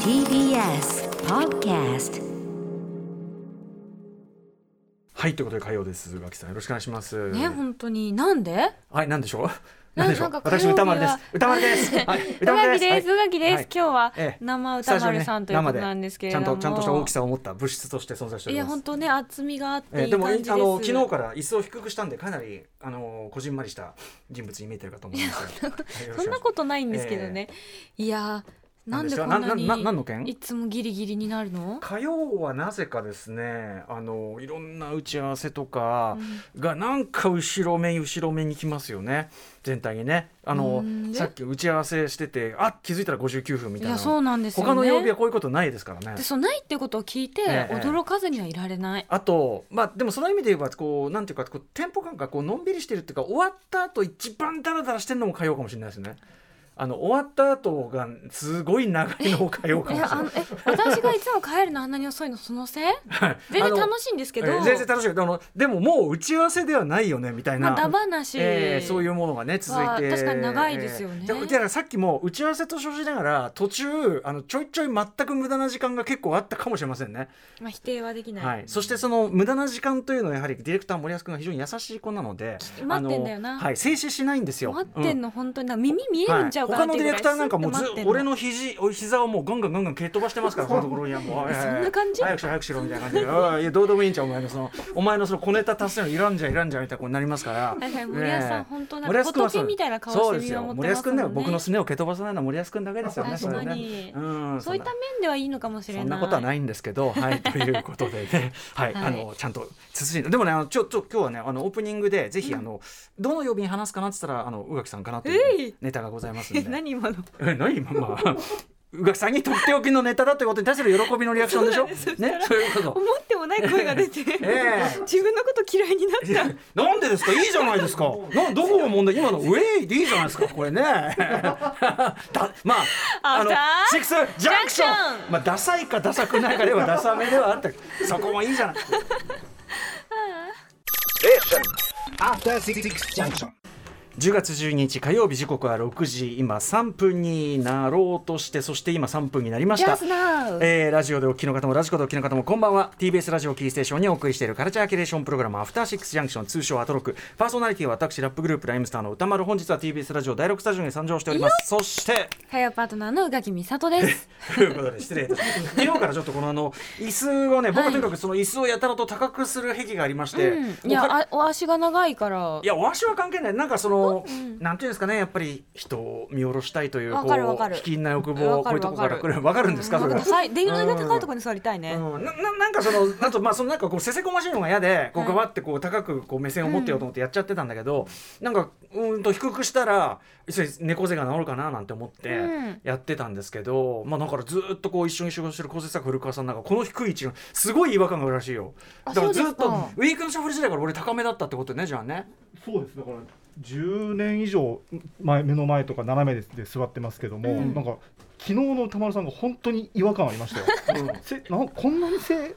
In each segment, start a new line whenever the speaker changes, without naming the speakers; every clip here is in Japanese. TBS Podcast
はいということで火曜です鈴垣さんよろしくお願いします
ね本当になんで
はいなんでしょう
な
なんでしょ
な
う
か
ん
火曜
私
日は
歌丸です歌 丸ですはい
宇垣です
は
宇
い
垣です、
はい
今日は
ええ
生
スタ
歌
ジオに
丸
ね
さんということなんですけれども、
生でちゃんとちゃんとした大きさを持った物質として存在してお
い
り
や
ます
本当ね厚みがあっていい
え
感
ー
じ
で
です、
もあの昨日から椅子を低くしたんでかなりあのこじんまりした人物に見えてるかと思いますがはいよ
そ
ろ
ん
しくお願いしま す
なことないんですけどね、いやーなんでこん
な
なん
で
に
すかななな何の件
いつもギリギリになるの、
火曜はなぜかですねあのいろんな打ち合わせとかがなんか後ろめ後ろめに来ますよね全体にねあの
うんで
さっき打ち合わせしててあ気づいたら59分み
い
たいな
やそうなんですよね
他の曜日はこういうことないですからね
でそうないってことを聞いて、
ええ
驚かずにはいられない
あとまあでもその意味で言えばこうなんていうかこうテンポ感がこうのんびりしてるっていうか終わった後一番ダラダラしてるのも火曜かもしれないですねあの終わった後がすごい長いのも火曜か
い
も
や
しれな
あ
い
のえ私がいつも帰るのあんなに遅いのそのせい
はい
全
あ
然
の
楽しいんですけど、
えー全然楽しいけどあのでももう打ち合わせではないよねみたいな、
まあ、ダバなし、
えーそういうものがね続い
まあ
て
確かに長いですよね
えーだだからさっきも打ち合わせと生じながら途中あのちょいちょい全く無駄な時間が結構あったかもしれませんね、
まあ、否定はできない、
はい、そしてその無駄な時間というのはやはりディレクター森保君が非常に優しい子なので
待ってんだよな
あのはい、静止しないんですよ
待って
うんん
の、本当にな耳見えるんちゃうか
はい、
な
他のディレクターなんかもうず
ってぐら
俺
い
の肘お膝をもうガンガンガンガン蹴っ飛ばしてます からこのところにはもう
えそんな感じ
早くしろ早くしろみたいな感じでおいいやどうでもいいんちゃうお前のそのお前のその小ネタ達成のいらんじゃいらんじゃみたいなことになりますから
はいはい森保さん
ええ
本当なんか
森保君はそう
仏みたいな顔して
そうですよ
見守って
森
ま
保
すも
君
んね
ね僕のすねを蹴飛ばさないのは森保君だけですよね
確か
それは
に
ねうん
そういった面ではいいのかもしれ
そ
ない
んなことはないんです けど、はい、ということでね、はい、
はい
あの、ちゃんと慎んで、でもね、あの、ちょ、ちょ、今日はね、あの、オープニングで、ぜひ、あの。どの曜日に話すかなって言ったら、あの、宇垣さんかなとい
え
う
い
ネタがございますんで。
何今の
え、何、まあまあ。 宇垣さんにとっておきのネタだということに対する喜びのリアクションでしょ
そうなんです
ね、そういうこと
思。ってもない声が出て、
ええ
自分のこと嫌いになった
いや なんでですかいいじゃないですかなどこが問題今のウェイでいいじゃないですかこれね だまあ
ア
あ
フ
の
ター
シックスジャンクション
ジャンクション
まあダサいかダサくないかではダサめではあったそこもいいじゃない
After Six Junction.
10月12日火曜日時刻は6時今3分になろうとしてそして今3分になりました
Just now
えーラジオでお聞きの方もラジコでお聞きの方もこんばんは TBS ラジオキーステーションにお送りしているカルチャーキュレーションプログラムアフターシックスジャンクション通称アトロクパーソナリティは私ラップグループライムスターの歌丸本日は TBS ラジオ第6スタジオに参上しておりますそして
火曜パートナーの宇垣美里です
ということで失礼いたしました昨日からちょっとこのあの椅子をね僕はとにかくその椅子をやたらと高くする癖がありまして、もう
い
か
やあお足が長いから
いやわしは関係ないなんかその、なんていうんですかねやっぱり人を見下ろしたいという
わかるわかる
こう卑近な欲望
わ
こ
か
ういう
る
と
わ
こ
か
か
る
ら来るわかるんですかそ
な
れ
ん
は
か高いできるだけ高いところに座りたいね、
うん、なななんかそのあとまあそのなんかこうせせこましいのが嫌でこうガバってこう高くこう目線を持ってようと思ってやっちゃってたんだけど、なんかうーんと低くしたらそれ猫背が治るかななんて思って
うん
やってたんですけど、まあだからずっとこう一緒に仕事してる小説家古川さんなんかこの低い位置がすごい違和感があるらしいよだ
あ
からず
そ
っ
うです
と
か
ウィークのシャッフル時代から俺高めだったってことねじゃあね
そうですだから10年以上前目の前とか斜めでで座ってますけど
う
も、
ん
なんか昨日の歌丸さんが本当に違和感ありましたよ。せなんこんなにせ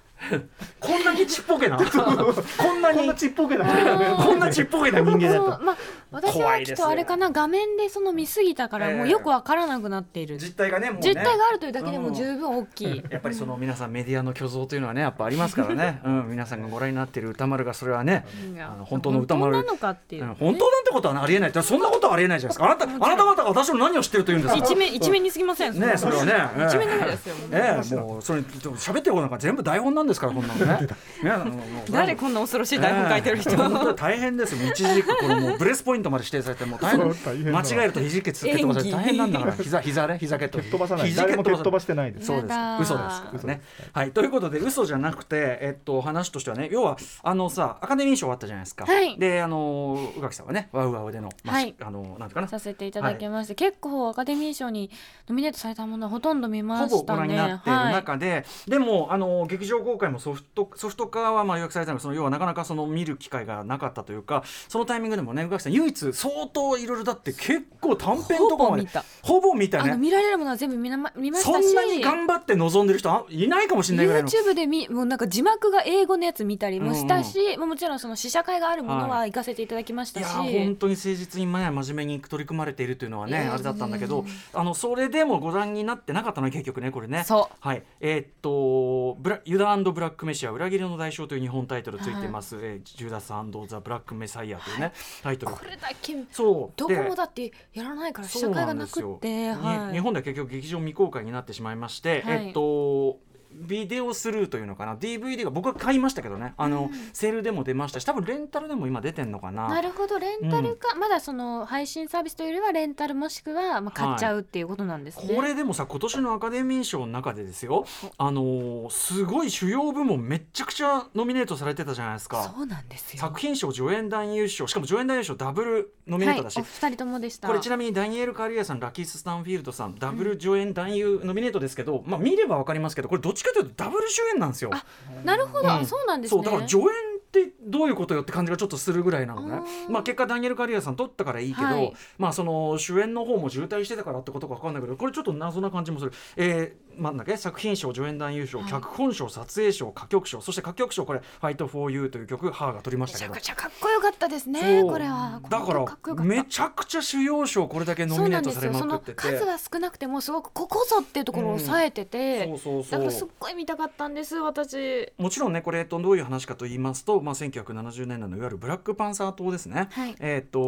こんなにちっぽけなこんな
こん
に
なちっぽけな
こんなちっぽけな人間だ
そ
った
うまあ、私
怖
はいき
で
っ
すよ
とあれかな画面でその見すぎたからもうよくわからなくなっている、
実態がねもうね
実態があるというだけでも十分大きい、
やっぱりその皆さんメディアの虚像というのはねやっぱありますからね、うん、皆さんがご覧になっている歌丸がそれはね、
うん
あの本当の歌丸
本当なのかっていう、
うん本当なんてことはありえないってそんなことはありえないじゃないですかあなたあなた方が私の何を知ってるというんですか
一面一面にすぎません
ねそれはねええ
一面のみですよ
ええもうそれちょっと喋ってることなんか全部台本なんですからこんなのね ねあのもう
誰こんな恐ろしい 台本書いてる人
ええ本当に大変ですよもう一時これもうブレスポイントまで指定されてもう大
そう大変
変
だ
間違えると肘蹴つって飛ばされて
演技
大変なんだから膝膝ね膝蹴っと
飛ばさない誰も蹴っ飛ばしてないです。
そうです
やだー
嘘ですからね。はい、ということで嘘じゃなくて、えっと、話としてはね要はあのさアカデミー賞あったじゃないですか、
はい
であの宇垣さんはねワウワウでの、まあ
はい
あのなんていうかな
させていただきまして、結構アカデミー賞にノミネートされたものはほとんど見ま
ほぼ
し
ご
た
覧にな
ね
っている
はい
中で、でもあの劇場公回もソフトソフト化はまあ予約されたのがその要はなかなかその見る機会がなかったというかそのタイミングでもね宇垣さん唯一相当いろいろだって結構短編とかま
ほぼ
で
見た
ほぼ見
あ
た
の
ね
見られるものは全部見なま見まし
そ
たし
んなに頑張って望んでる人あいないかもしれないぐらいの
YouTube で見もうなんか字幕が英語のやつ見たりもしたし、まあもちろんその試写会があるものは行かせていただきまし
い
た
や
し、
ー本当に誠実に、ね、真面目に取り組まれているというのはね、
うん
あれだったんだけどあのそれでもご覧になってなかったの結局ねこれね。
そう
はいえーっとブラ「ユダブラック・メシア裏切りの代償」という日本タイトルついてます「えージュダスザ・ブラック・メサイア」というね、タイトル
これだけ
そう
どこ
で
もだってやらないから試
そ
写
う
会が
なん
な
で
く
す
っ
よ
て、
に
はい、
日本では結局劇場未公開になってしまいまして、
はい
えっとビデオスルーというのかな DVD が僕は買いましたけどねあの、セールでも出ましたし多分レンタルでも今出てんのかな
なるほどレンタルか、まだその配信サービスというよりはレンタルもしくはまあ買っちゃうっていうことなんですね。
これでもさ今年のアカデミー賞の中でですよあのーすごい主要部門めっちゃくちゃノミネートされてたじゃないですか
そうなんですよ。
作品賞助演男優賞しかも助演男優賞ダブルノミネートだし、
はい、お二人ともでした。
これちなみにダニエル・カリアさんラキース・スタンフィールドさんダブル助演男優ノミネートですけど、まあ、見れば分かりますけどこれどっちかというとダブル主演なんですよ。
なるほど、
うん
あそうなんです
そう
ね。
だから助演ってどういうことよって感じがちょっとするぐらいなのね
あー
まあ、結果ダニエル・カリアさん取ったからいいけど、
はい
まあ、その主演の方も渋滞してたからってことか分かんないけどこれちょっと謎な感じもする、えーまあ、なんだっけ作品賞助演男優賞、
はい
脚本賞撮影賞歌曲賞そして歌曲賞これ「Fight4You」という曲母が取りまし
め
た
ち
け
ゃ
ど
くちゃかっこよかったですね。
そう
これは
だ
か
か
っこよからった
めちゃくちゃ主要賞これだけノ
そう
ミネ
な
ー
ん
ト
で
さ
す
れ
よ。
ま
そ
くっ
の
てて
数は少なくてもすごくここぞっていうところを抑えてて、
そうそうそう
だからすっごい見たかったんです私。
もちろんねこれえっとどういう話かと言いますと、まあ、1970年代のいわゆるブラックパンサー党ですね、
はい
えーっと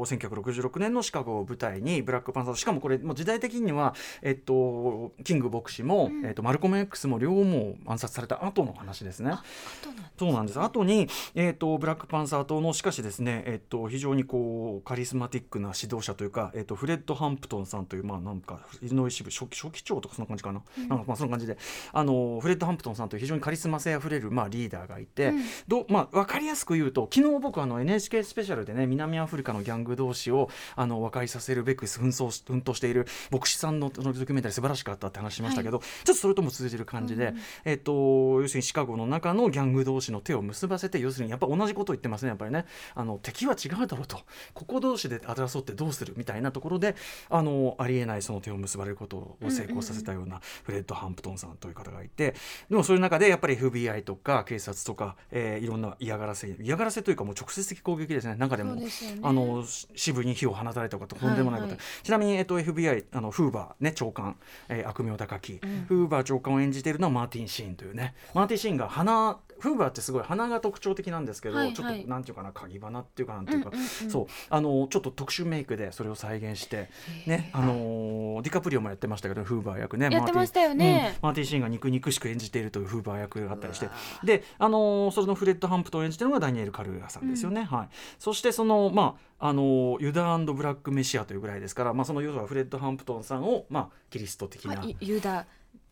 1966年のシカゴを舞台にブラックパンサーしかもこれもう時代的には、えっと、キング牧師も、えっと、マルコム X も両方も暗殺された後の話ですね。
あとなん
そうなんです後に、えー、とブラックパンサー党のしかしですね、えー、と非常にこうカリスマティックな指導者というか、えー、とフレッド・ハンプトンさんという、まあ、なんかイリノイ支部書記書記長とかそんな感じかな,、なんかまあそんな感じであのフレッド・ハンプトンさんという非常にカリスマ性あふれる、まあ、リーダーがいて、
うん
どまあ、分かりやすく言うと昨日僕あの NHK スペシャルでね南アフリカのギャング同士をあの和解させるべく紛争し奮闘している牧師さんのそのドキュメンタリー素晴らしかったって話しましたけど、ちょっとそれとも通じる感じで、えっと要するにシカゴの中のギャング同士の手を結ばせて要するにやっぱ同じことを言ってますねやっぱりねあの敵は違うだろうとここ同士で争ってどうするみたいなところであのありえないその手を結ばれることを成功させたようなフレッド・ハンプトンさんという方がいてでもそういう中でやっぱり FBI とか警察とか、えーいろんな嫌がらせ嫌がらせというかもう直接的攻撃ですね中でも
そうですよね
あのし支部に火を放たれたこととんでもないこと、
はいはい
ちなみに、えっと、FBI あのフーバー、ね、長官、えー悪名高き、フーバー長官を演じているのはマーティン・シーンというねマーティン・シーンが鼻フーバーってすごい鼻が特徴的なんですけど、
はいはい
ちょっとなんていうかな鍵花っていうかなんていうか、
うんうんうん
そうあのちょっと特殊メイクでそれを再現して、ねあのーディカプリオもやってましたけどフーバー役ね
やってましたよね
うんマーティン・シーンが肉肉しく演じているというフーバー役があったりしてで、あのーそれのフレッド・ハンプトンを演じてるのがダニエル・カルーアさんですよね、はい、そしてその、まああのーユダブラック・メシアというぐらいですから、まあ、その要はフレッド・ハンプトンさんを、まあ、キリスト的な
あいユダ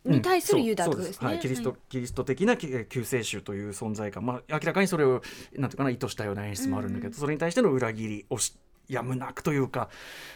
に対するユダって
と
ことですね。
はい、キリスト、
はい
キリスト的なきえー救世主という存在感、まあ、明らかにそれをなんていうかな意図したような演出もあるんだけど、それに対しての裏切りをしやむなくというか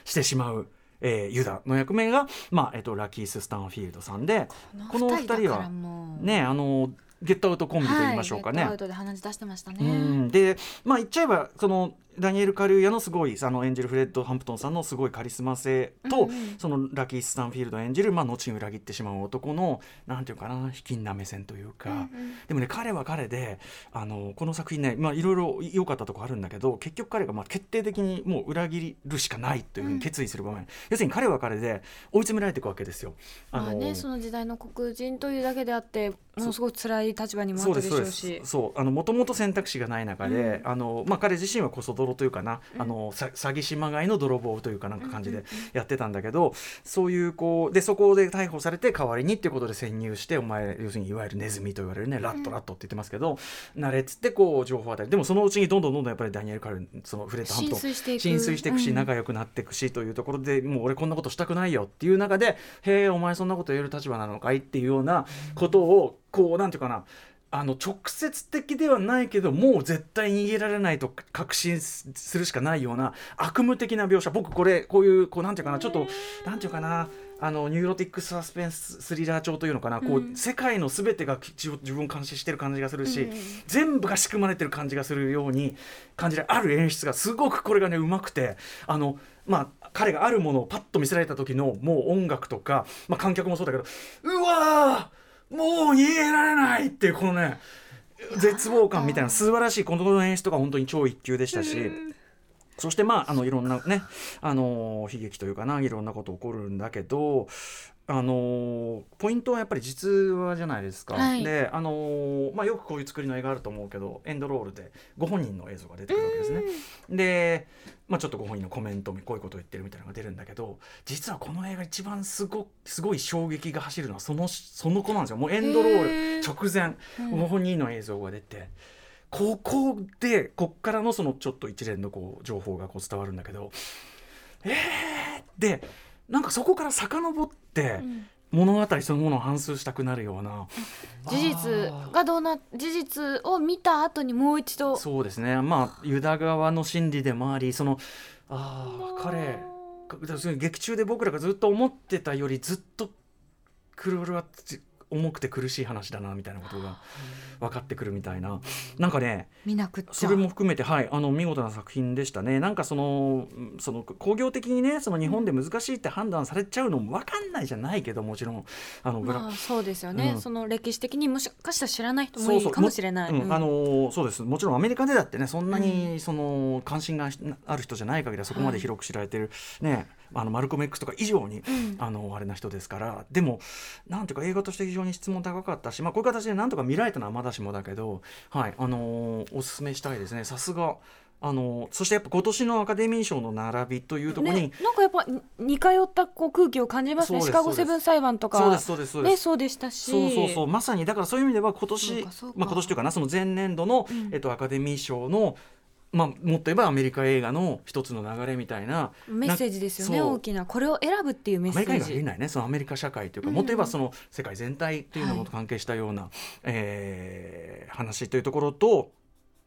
してしまう。えーユダの役名が、まあえっとラキース・スタンフィールドさんで
この二人だからもう
ねあのゲットアウトコンビと言いましょうかね、
はいゲットアウトで鼻血出してましたね。
うんでまあ言っちゃえばそのダニエル・カルーヤのすごいあの演じるフレッド・ハンプトンさんのすごいカリスマ性
う
と、
んうん
そのラキー・スタンフィールド演じる、まあ、後に裏切ってしまう男のなんていうかな卑近な目線というか、でもね彼は彼であのこの作品ねまあいろいろ良かったとこあるんだけど結局彼がまあ決定的にもう裏切るしかないというふうに決意する場面、要するに彼は彼で追い詰められていくわけですよ。あの
まあね、その時代の黒人というだけであってものすごい辛い立場にもあったでしょうし
そうあのもともと選択肢がない中で、あのまあ彼自身はこそ泥というかな、あのさ詐欺師まがいの泥棒というかなんか感じでやってたんだけど、そういうこうでそこで逮捕されて代わりにっていうことで潜入してお前要するにいわゆるネズミと言われるねラットラットって言ってますけど、なれっつってこう情報を与えるでもそのうちにどんどんどんどんやっぱりダニエル・カルンそのフレッド・ハンプトン
浸水していく
浸水していくし、
うん
仲良くなっていくしというところでもう俺こんなことしたくないよっていう中で「へえお前そんなこと言える立場なのかい?」っていうようなことをこうなんていうかなあの直接的ではないけどもう絶対逃げられないと確信すするしかないような悪夢的な描写僕これこういうこうなんていうかなちょっとなんていうかなああのニューロティックサスペンススリラー調というのかな、こ
うん
う世界の全てが自分自分を監視してる感じがするし、
うんうん
全部が仕組まれてる感じがするように感じるある演出がすごくこれがねうまくてあのまあ彼があるものをパッと見せられた時のもう音楽とか、まあ、観客もそうだけどうわーもう逃げられないっていうこのね絶望感みたいな素晴らしいこの演出とか本当に超一級でしたし。そしてまああのいろんなね、あのー悲劇というかないろんなこと起こるんだけど、あのーポイントはやっぱり実話じゃないですか、
はい
で、あのーまあ、よくこういう作りの映画あると思うけどエンドロールでご本人の映像が出てくるわけですね。で、まあ、ちょっとご本人のコメントにこういうことを言ってるみたいなのが出るんだけど実はこの映画一番すごすごい衝撃が走るのはそのその子なんですよもうエンドロール直前
うん
ご本人の映像が出て。ここでこっからのそのちょっと一連のこう情報がこう伝わるんだけどえーでなんかそこから遡って
うん
物語そのものを反芻したくなるような、
事実がどうな事実を見た後にもう一度
そうですねまあユダ側の心理でもありそのああ彼かだから劇中で僕らがずっと思ってたよりずっとくるわって重くて苦しい話だなみたいなことが分かってくるみたいななんかね
見なくっち
そ
ゃ
れも含めて、はい、あの見事な作品でしたね。なんかその、うんその工業的にね、その日本で難しいって判断されちゃうのも分かんないじゃないけど、もちろん。あの、ブラ
まあそうですよね、
うん
その歴史的にもしかしたら知らない人も
そう
い
そう
るかもしれない
うん
うん
あのーそうですもちろんアメリカでだってねそんな
う
にその関心がある人じゃない限りはそこまで広く知られてる、ねあのマルコム X とか以上に、
ん
あのあれな人ですからでもなんていうか映画として非常に質問高かったし、まあ、こういう形でなんとか見られたのはまだしもだけど、はいあのーおすすめしたいですねさすが。あのーそしてやっぱ今年のアカデミー賞の並びというところに、
ね、なんかやっぱに似通ったこう空気を感じますね
そう
シ
です
カゴセブン裁判とか
そうですそうですそうです
ね、そうでしたし
そうそうそうまさにだからそういう意味では今年
そうかそうか
まあ今年というかなその前年度の、えっとアカデミー賞のまあもっと言えばアメリカ映画の一つの流れみたいな
メッセージですよね
なそう
大きなこれを選ぶっていうメッ
ア
セ
メリカ映
ー
画見え
ジ
ないねそのアメリカ社会というか、もっと言えばその世界全体というのも関係したような、えー話というところと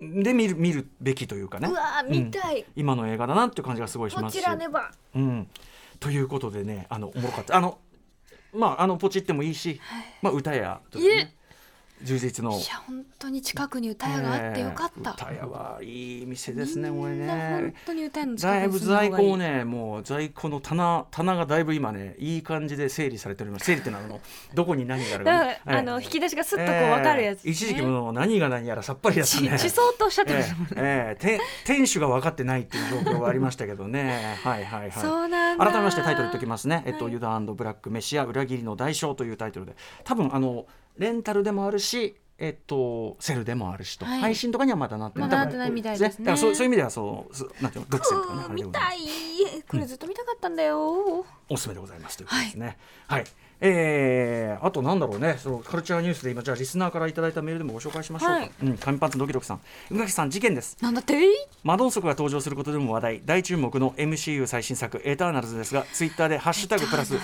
で見る見るべきというかね
うわー
うん
見たい、
今の映画だなっていう感じがすごいし
こ
ます
ち
し。
らねば
うん、ということでねあのおもろかったあのまああのポチってもいいし、まあ、歌やとかね充実の
いや本当に近くに歌屋があってよかった、
ええ歌屋はいい店ですね、
み
これ
んな本
ね。
当に歌屋の
だ
近
い
く
ぶ
に住んだ
在
方が
庫
いい
をね、もう在庫の棚、棚がだいぶ今ね、いい感じで整理されております。整理ってな るの、どこに何がある
だ
か
か
ね、
ら、あの
ええ
引き出しがすっとこう分かるやつ、
ええ一時期もう何が何やらさっぱりやったね。
しそうとおっしゃって
え
ましたもん
えええて店主が分かってないっていう状況がありましたけど ね。はいはいはい。
そうなんだ
改めましてタイトル言っておきますね。えっと、
はい
ユダブラックメシア裏切りの代償というタイトルで、多分あのレンタルでもあるし、えっとセルでもあるしと、
はい
配信とかにはまだなって
まだなってないみたいですね
だからそうそういう意味ではそうすなんていうの独占とか
う
ね
ー
あれでご
見
ざいます
たいこれずっと見たかったんだよ、
おすすめでございますということですね。はい。えーあとなんだろうね、そのカルチャーニュースで今じゃあリスナーからいただいたメールでもご紹介しましょうか。
はい
うん、紙パンツドキドキさん、宇垣さん事件です。
なんだって
マドンソクが登場することでも話題大注目の MCU 最新作「エターナルズ」ですがツイッターで「ハッシュタグプラス」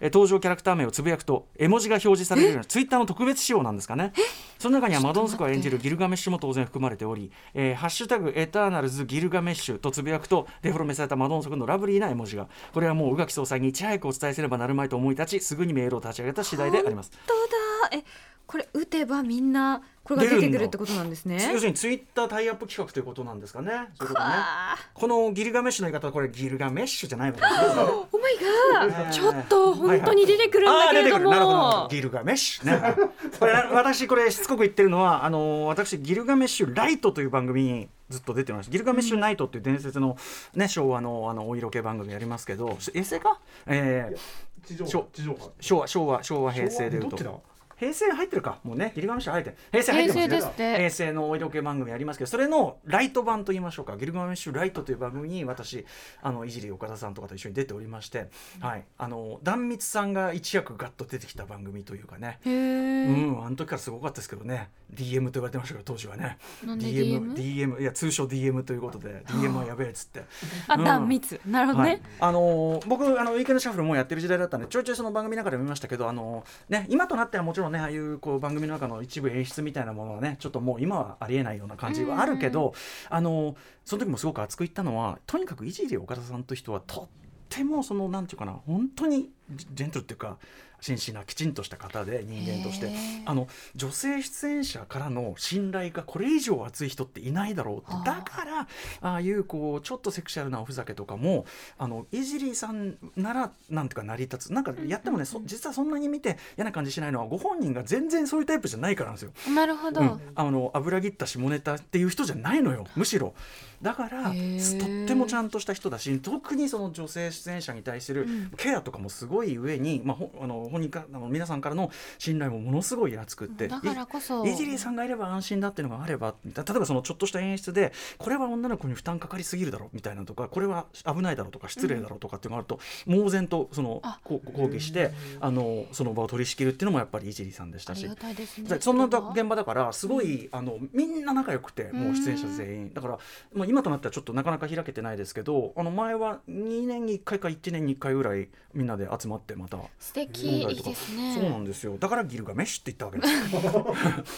え登場キャラクター名をつぶやくと絵文字が表示されるようなツイッターの特別仕様なんですかねその中にはマドンソクが演じるギルガメッシュも当然含まれており「えーハッシュタグエターナルズギルガメッシュ」とつぶやくとデフォルメされたマドンソクのラブリーな絵文字がこれはもう宇垣総裁にいち早くお伝えすればなるまいと思い立ちすぐにメールを立ち上げた次第であります
本当だえこれ打てばみんなこれが出てくるってことなんですね
要するにツイッタータイアップ企画ということなんですかねそういうことね
わあ
このギルガメッシュの言い方はこれギルガメッシュじゃないわけですね
お前が、
ね
ちょっと本当に出てくるん
あ
だ
あ
けれ
出て
ど
くるなるほどなるほど
も、
ギルガメッ シュねこれ私これしつこく言ってるのはあのー私ギルガメッシュライトという番組にずっと出てましたギルガメッシュナイトっていう伝説の、ね、昭和のあのお色気番組やりますけど衛星か、えー
地上
しょ
波地上波
昭和昭和昭和平成でいう
ど
と
っちだ
平成入ってるかもうねギルガメッシュ入ってる平成入
平成
ってますね
ですって
平成のお色気番組ありますけどそれのライト版と言いましょうかギルガメッシュライトという番組に私あのいじり岡田さんとかと一緒に出ておりまして、はいあの壇蜜さんが一躍ガッと出てきた番組というかね
へえ、
うん、あの時からすごかったですけどね DM と言われてましたけど当時はね
なんで
DM, DM いや通称 DM ということで DM はやべえっつって
あ、
うん
断密、なるほどね、
はい、あのー僕あのウィークエンドシャッフルもうやってる時代だったんでちょいちょいその番組の中で見ましたけどあのーね今となってはもちろんねああいうこう番組の中の一部演出みたいなものはねちょっともう今はありえないような感じはあるけど、あのーその時もすごく熱く言ったのはとにかくいじり岡田さんという人はとってもそのなんていうかな本当にジジェントルっていうか真摯なきちんとした方で人間とし
へ
て
ー
あの女性出演者からの信頼がこれ以上厚い人っていないだろうって
あー
だからああいうこうちょっとセクシャルなおふざけとかもあのイジリーさんならなんとか成り立つなんかやってもね、そ実はそんなに見て嫌な感じしないのはご本人が全然そういうタイプじゃないからなんですよ。
なるほど、
うん、あの油切った下ネタっていう人じゃないのよむしろだからと
へー
ってもちゃんとした人だし特にその女性出演者に対する
うん
ケアとかもすごい上に、まあ、ほあの本人かあの皆さんからの信頼もものすごい厚くって。
だからこそ
イジリーさんがいれば安心だっていうのがあればた例えばそのちょっとした演出でこれは女の子に負担かかりすぎるだろうみたいなのとかこれは危ないだろうとか失礼だろうとかっていうのがあると、猛然とその
あ
こ抗議してあのその場を取り仕切るっていうのもやっぱりイジリーさんでし
あ
た
り
し
が。たいですね
でそんな
言葉
現場だからすごい、あのみんな仲良くてもう出演者全員だから、まあ、今となってはちょっとなかなか開けてないですけどあの前は2年に1回か1年に1回ぐらいみんなで集まってまた。
素敵い
うん
いですね
そうなんですよだからギルガメッシュって言ったわけ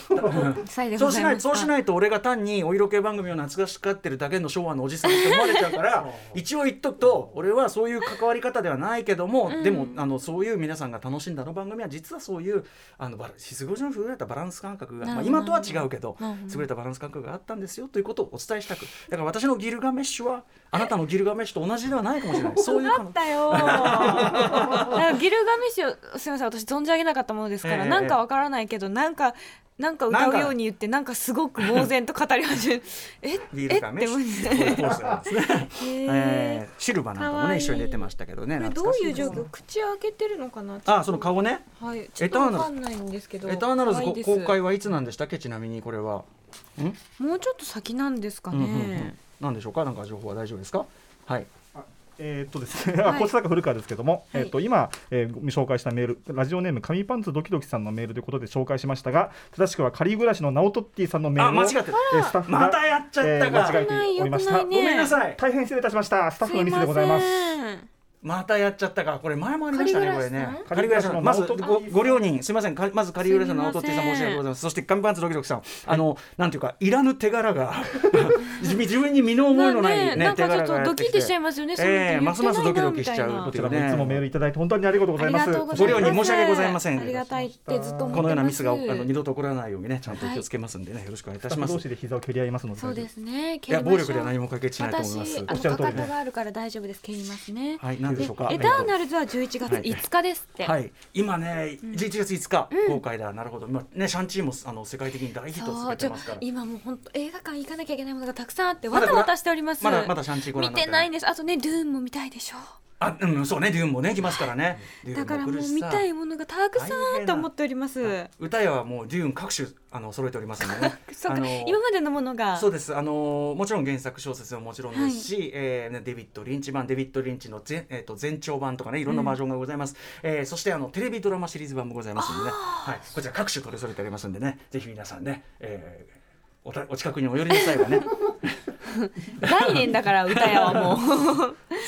さい
で
ですござ
そうしないそうしないいと俺が単にお色気番組を懐かしがってるだけの昭和のおじさんって思われちゃうから 一応言っとくと俺はそういう関わり方ではないけども、
うん
でもあのそういう皆さんが楽しんだあの番組は実はそういうあのバラシスゴジの風だったバランス感覚が、まあ、
なるほ
今
ど
とは違うけど
なるほど
優れたバランス感覚があったんですよということをお伝えしたくだから私のギルガメッシュはあなたのギルガメッシュと同じではないかもし れない そういう可
あっ
能
たよなんかギルガメッシュをすみません私存じ上げなかったものですから、
ええ
なんかわからないけどなんかなんか歌うように言ってなんかすごく猛然と語り始め るえ
ギ
えっ
ル
て
ガ
思
メッシュこういうポーズなんですね。
へ
え
え
ー、シルバなんかも
かわ
ね
いい
一緒に出てましたけどね。
これど
懐
う
かし
いう
です
状
ね
況口開けてるのかな
あ、その顔ね。
はいちょっとわかんないんですけど
エターナル
可
ズ
愛い
こ
です
公開はいつなんでしたっけちなみにこれは。
もうちょっと先なんですか
うん
ね、
うんうん。なんでしょうか。なんか情報は大丈夫ですか。はい。
えーっとですね、
はい
あこちらが古川ですけども、
はい
えーっと今、えーご紹介したメール、ラジオネーム紙パンツドキドキさんのメールということで紹介しましたが、正しくは仮暮らしのナオトッティさんのメー
あ、
ルを
間違ってる。
えースタッフが、
またやっちゃった
えー間
か
違。えておりまし
よ
た。
くない
ご
よく
めんなさい。
大変失礼いたしました。スタッフのミスでございます。
ん
またやっちゃったか。これ前もありましたね。これね。
カ
仮暮
リグラ
ら
シ
し
の
のまず
ナオト
ごご両人すみません。かまず仮暮らしの直人ってさん
すいませ
申
ん
し訳ございません。そして紙パンツドキドキさん。あのなんていうかいらぬ手柄が 自自分に身の思いのな
な
いね
ん
手
かちょ
柄
っ
が
と
や
ド
っ
キ
て
ッ
き
てしちゃ
て
い。ますよね。そ
ええますますドキドキしちゃう
う
こちらもいつもメールいただいて本当にありがとうございます。
ありがとうご
ご
ざい
両
ます
人申し訳ございません。
ありがたいってずっと思ってます。
このようなミスがあの二度と起こらないようにねちゃんと気をつけますんでね、よろしくお願いいた
スタ
し
ッフ
ま
同
す。
士で膝を蹴り合いますので。。
そうですすね。
いや暴力では何も解決しないと思います。
私あの
おっしゃる
か
通り
か
ね
とがあるから大丈夫です。蹴りますね。
はい、なんでしょうか。
エターナルズは11月5日ですって。
はい、今ね、11月5日公開だ、なるほど、今ね、シャンチーもあの世界的に大ヒットを続
そう
け
ち
て
ょ
ますから。
今もう本当映画館行かなきゃいけないものがたくさんあって
ま
わ
だ
たわたしております
まだまだシャンチーご覧
見
になってて
な
ない
いんですあとねドゥーンも見たいでしょ
あ、うん、そうね、デューンもね、来ますからね。デューン
だからもう
来るしさ
見たいものがたくさんと思っております。
歌やはもうデューン各種、あの揃えておりますのでね
そう
あ
か
の
今までのものが
そうです、あのーもちろん原作小説ももちろんですし、えーねデビッド・リンチ版デビッド・リンチの全,、えー、と全長版とかねいろんなバージョンがございます、えーそしてあのテレビドラマシリーズ版もございますのでね、はい、こちら各種取り揃えておりますんでねぜひ皆さんね、えーおたお近くにお寄りの際はね
概念だから歌屋は もう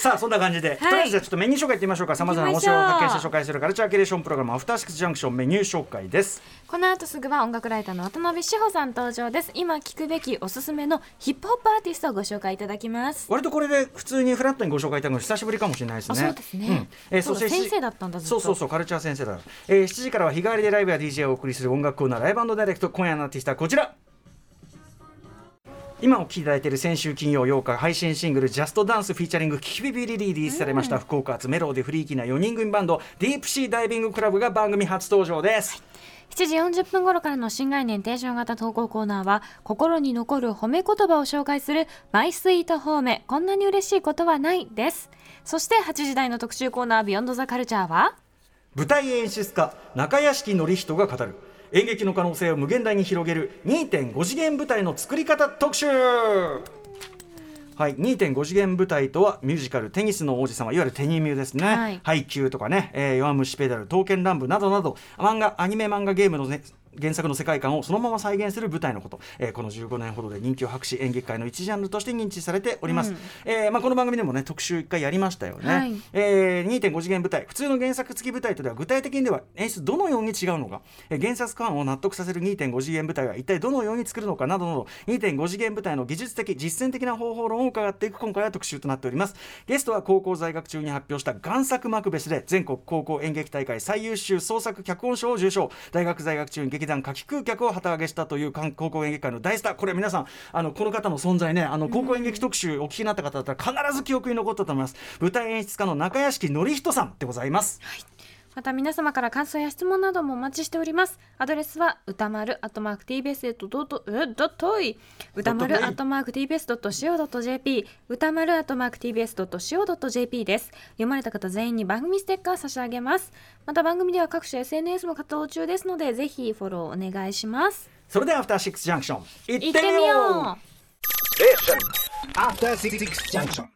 さあそんな感じで、
はい
とりあえずじゃあちょっとメニュー紹介いってみましょうかさまざまな
行きま
面
しょ
白
う
を発見して紹介するカルチャーキュレーションプログラム「アフターシックスジャンクション」メニュー紹介です
この後すぐは音楽ライターの渡辺志保さん登場です今聞くべきおすすめのヒップホップアーティストをご紹介いただきます
割とこれで普通にフラットにご紹介いただくの久しぶりかもしれないです
あ
ね。
そうですね
んえー
そうだ
そして
先生だったんだずっ
そ
と
うそうそうカルチャー先生だ。えー7時からは日替わりでライブや DJ をお送りする音楽コーナーライブダイレクト今夜のアーティストはこちら。今お聴きいただいている先週金曜8日配信シングル「ジャストダンスフィーチャリングキキビビリ」リリースされました、福岡発メローでフリーキーな4人組バンドディープシーダイビングクラブが番組初登場です、
7時40分頃からの新概念提唱型投稿コーナーは心に残る褒め言葉を紹介するマイスイート褒めこんなに嬉しいことはないですそして8時台の特集コーナービヨンドザカルチャーは
舞台演出家中屋敷典人が語る演劇の可能性を無限大に広げる2.5次元舞台の作り方特集はい、2.5次元舞台とはミュージカル「テニスの王子様」いわゆるテニミュですね「
はい
ハイキュー」とかね「えー弱虫ペダル」「刀剣乱舞」などなど漫画アニメ漫画ゲームの、ね原作の世界観をそのまま再現する舞台のこと、えーこの15年ほどで人気を博し演劇界の一ジャンルとして認知されております、
うん
えーまあ、この番組でもね特集1回やりましたよね、
はい
えー2.5次元舞台普通の原作付き舞台とでは具体的にでは演出どのように違うのか、えー原作ファンを納得させる2.5次元舞台は一体どのように作るのかなどなど2.5次元舞台の技術的実践的な方法論を伺っていく今回は特集となっておりますゲストは高校在学中に発表した贋作マクベスで全国高校演劇大会最優秀創作脚本賞を受賞大学在学中に劇団夏季空脚を旗揚げしたという韓高校演劇界の大スターこれ皆さんあのこの方の存在ねあの高校演劇特集お聞きになった方だったら必ず記憶に残ったと思います舞台演出家の中屋敷典人さんでございます
また皆様から感想や質問などもお待ちしております。アドレスは歌丸アットマーク TBS ドットえドットい歌丸アットマーク TBS ドット CO ドット JP 歌丸アットマーク TBS ドット CO ドット JP です。読まれた方全員に番組ステッカー差し上げます。また番組では各種 SNS も活動中ですのでぜひフォローお願いします。
それではアフターシックスジャンクション行
行
っ
ってて
み
み
よう
よう
Station. After City Junction.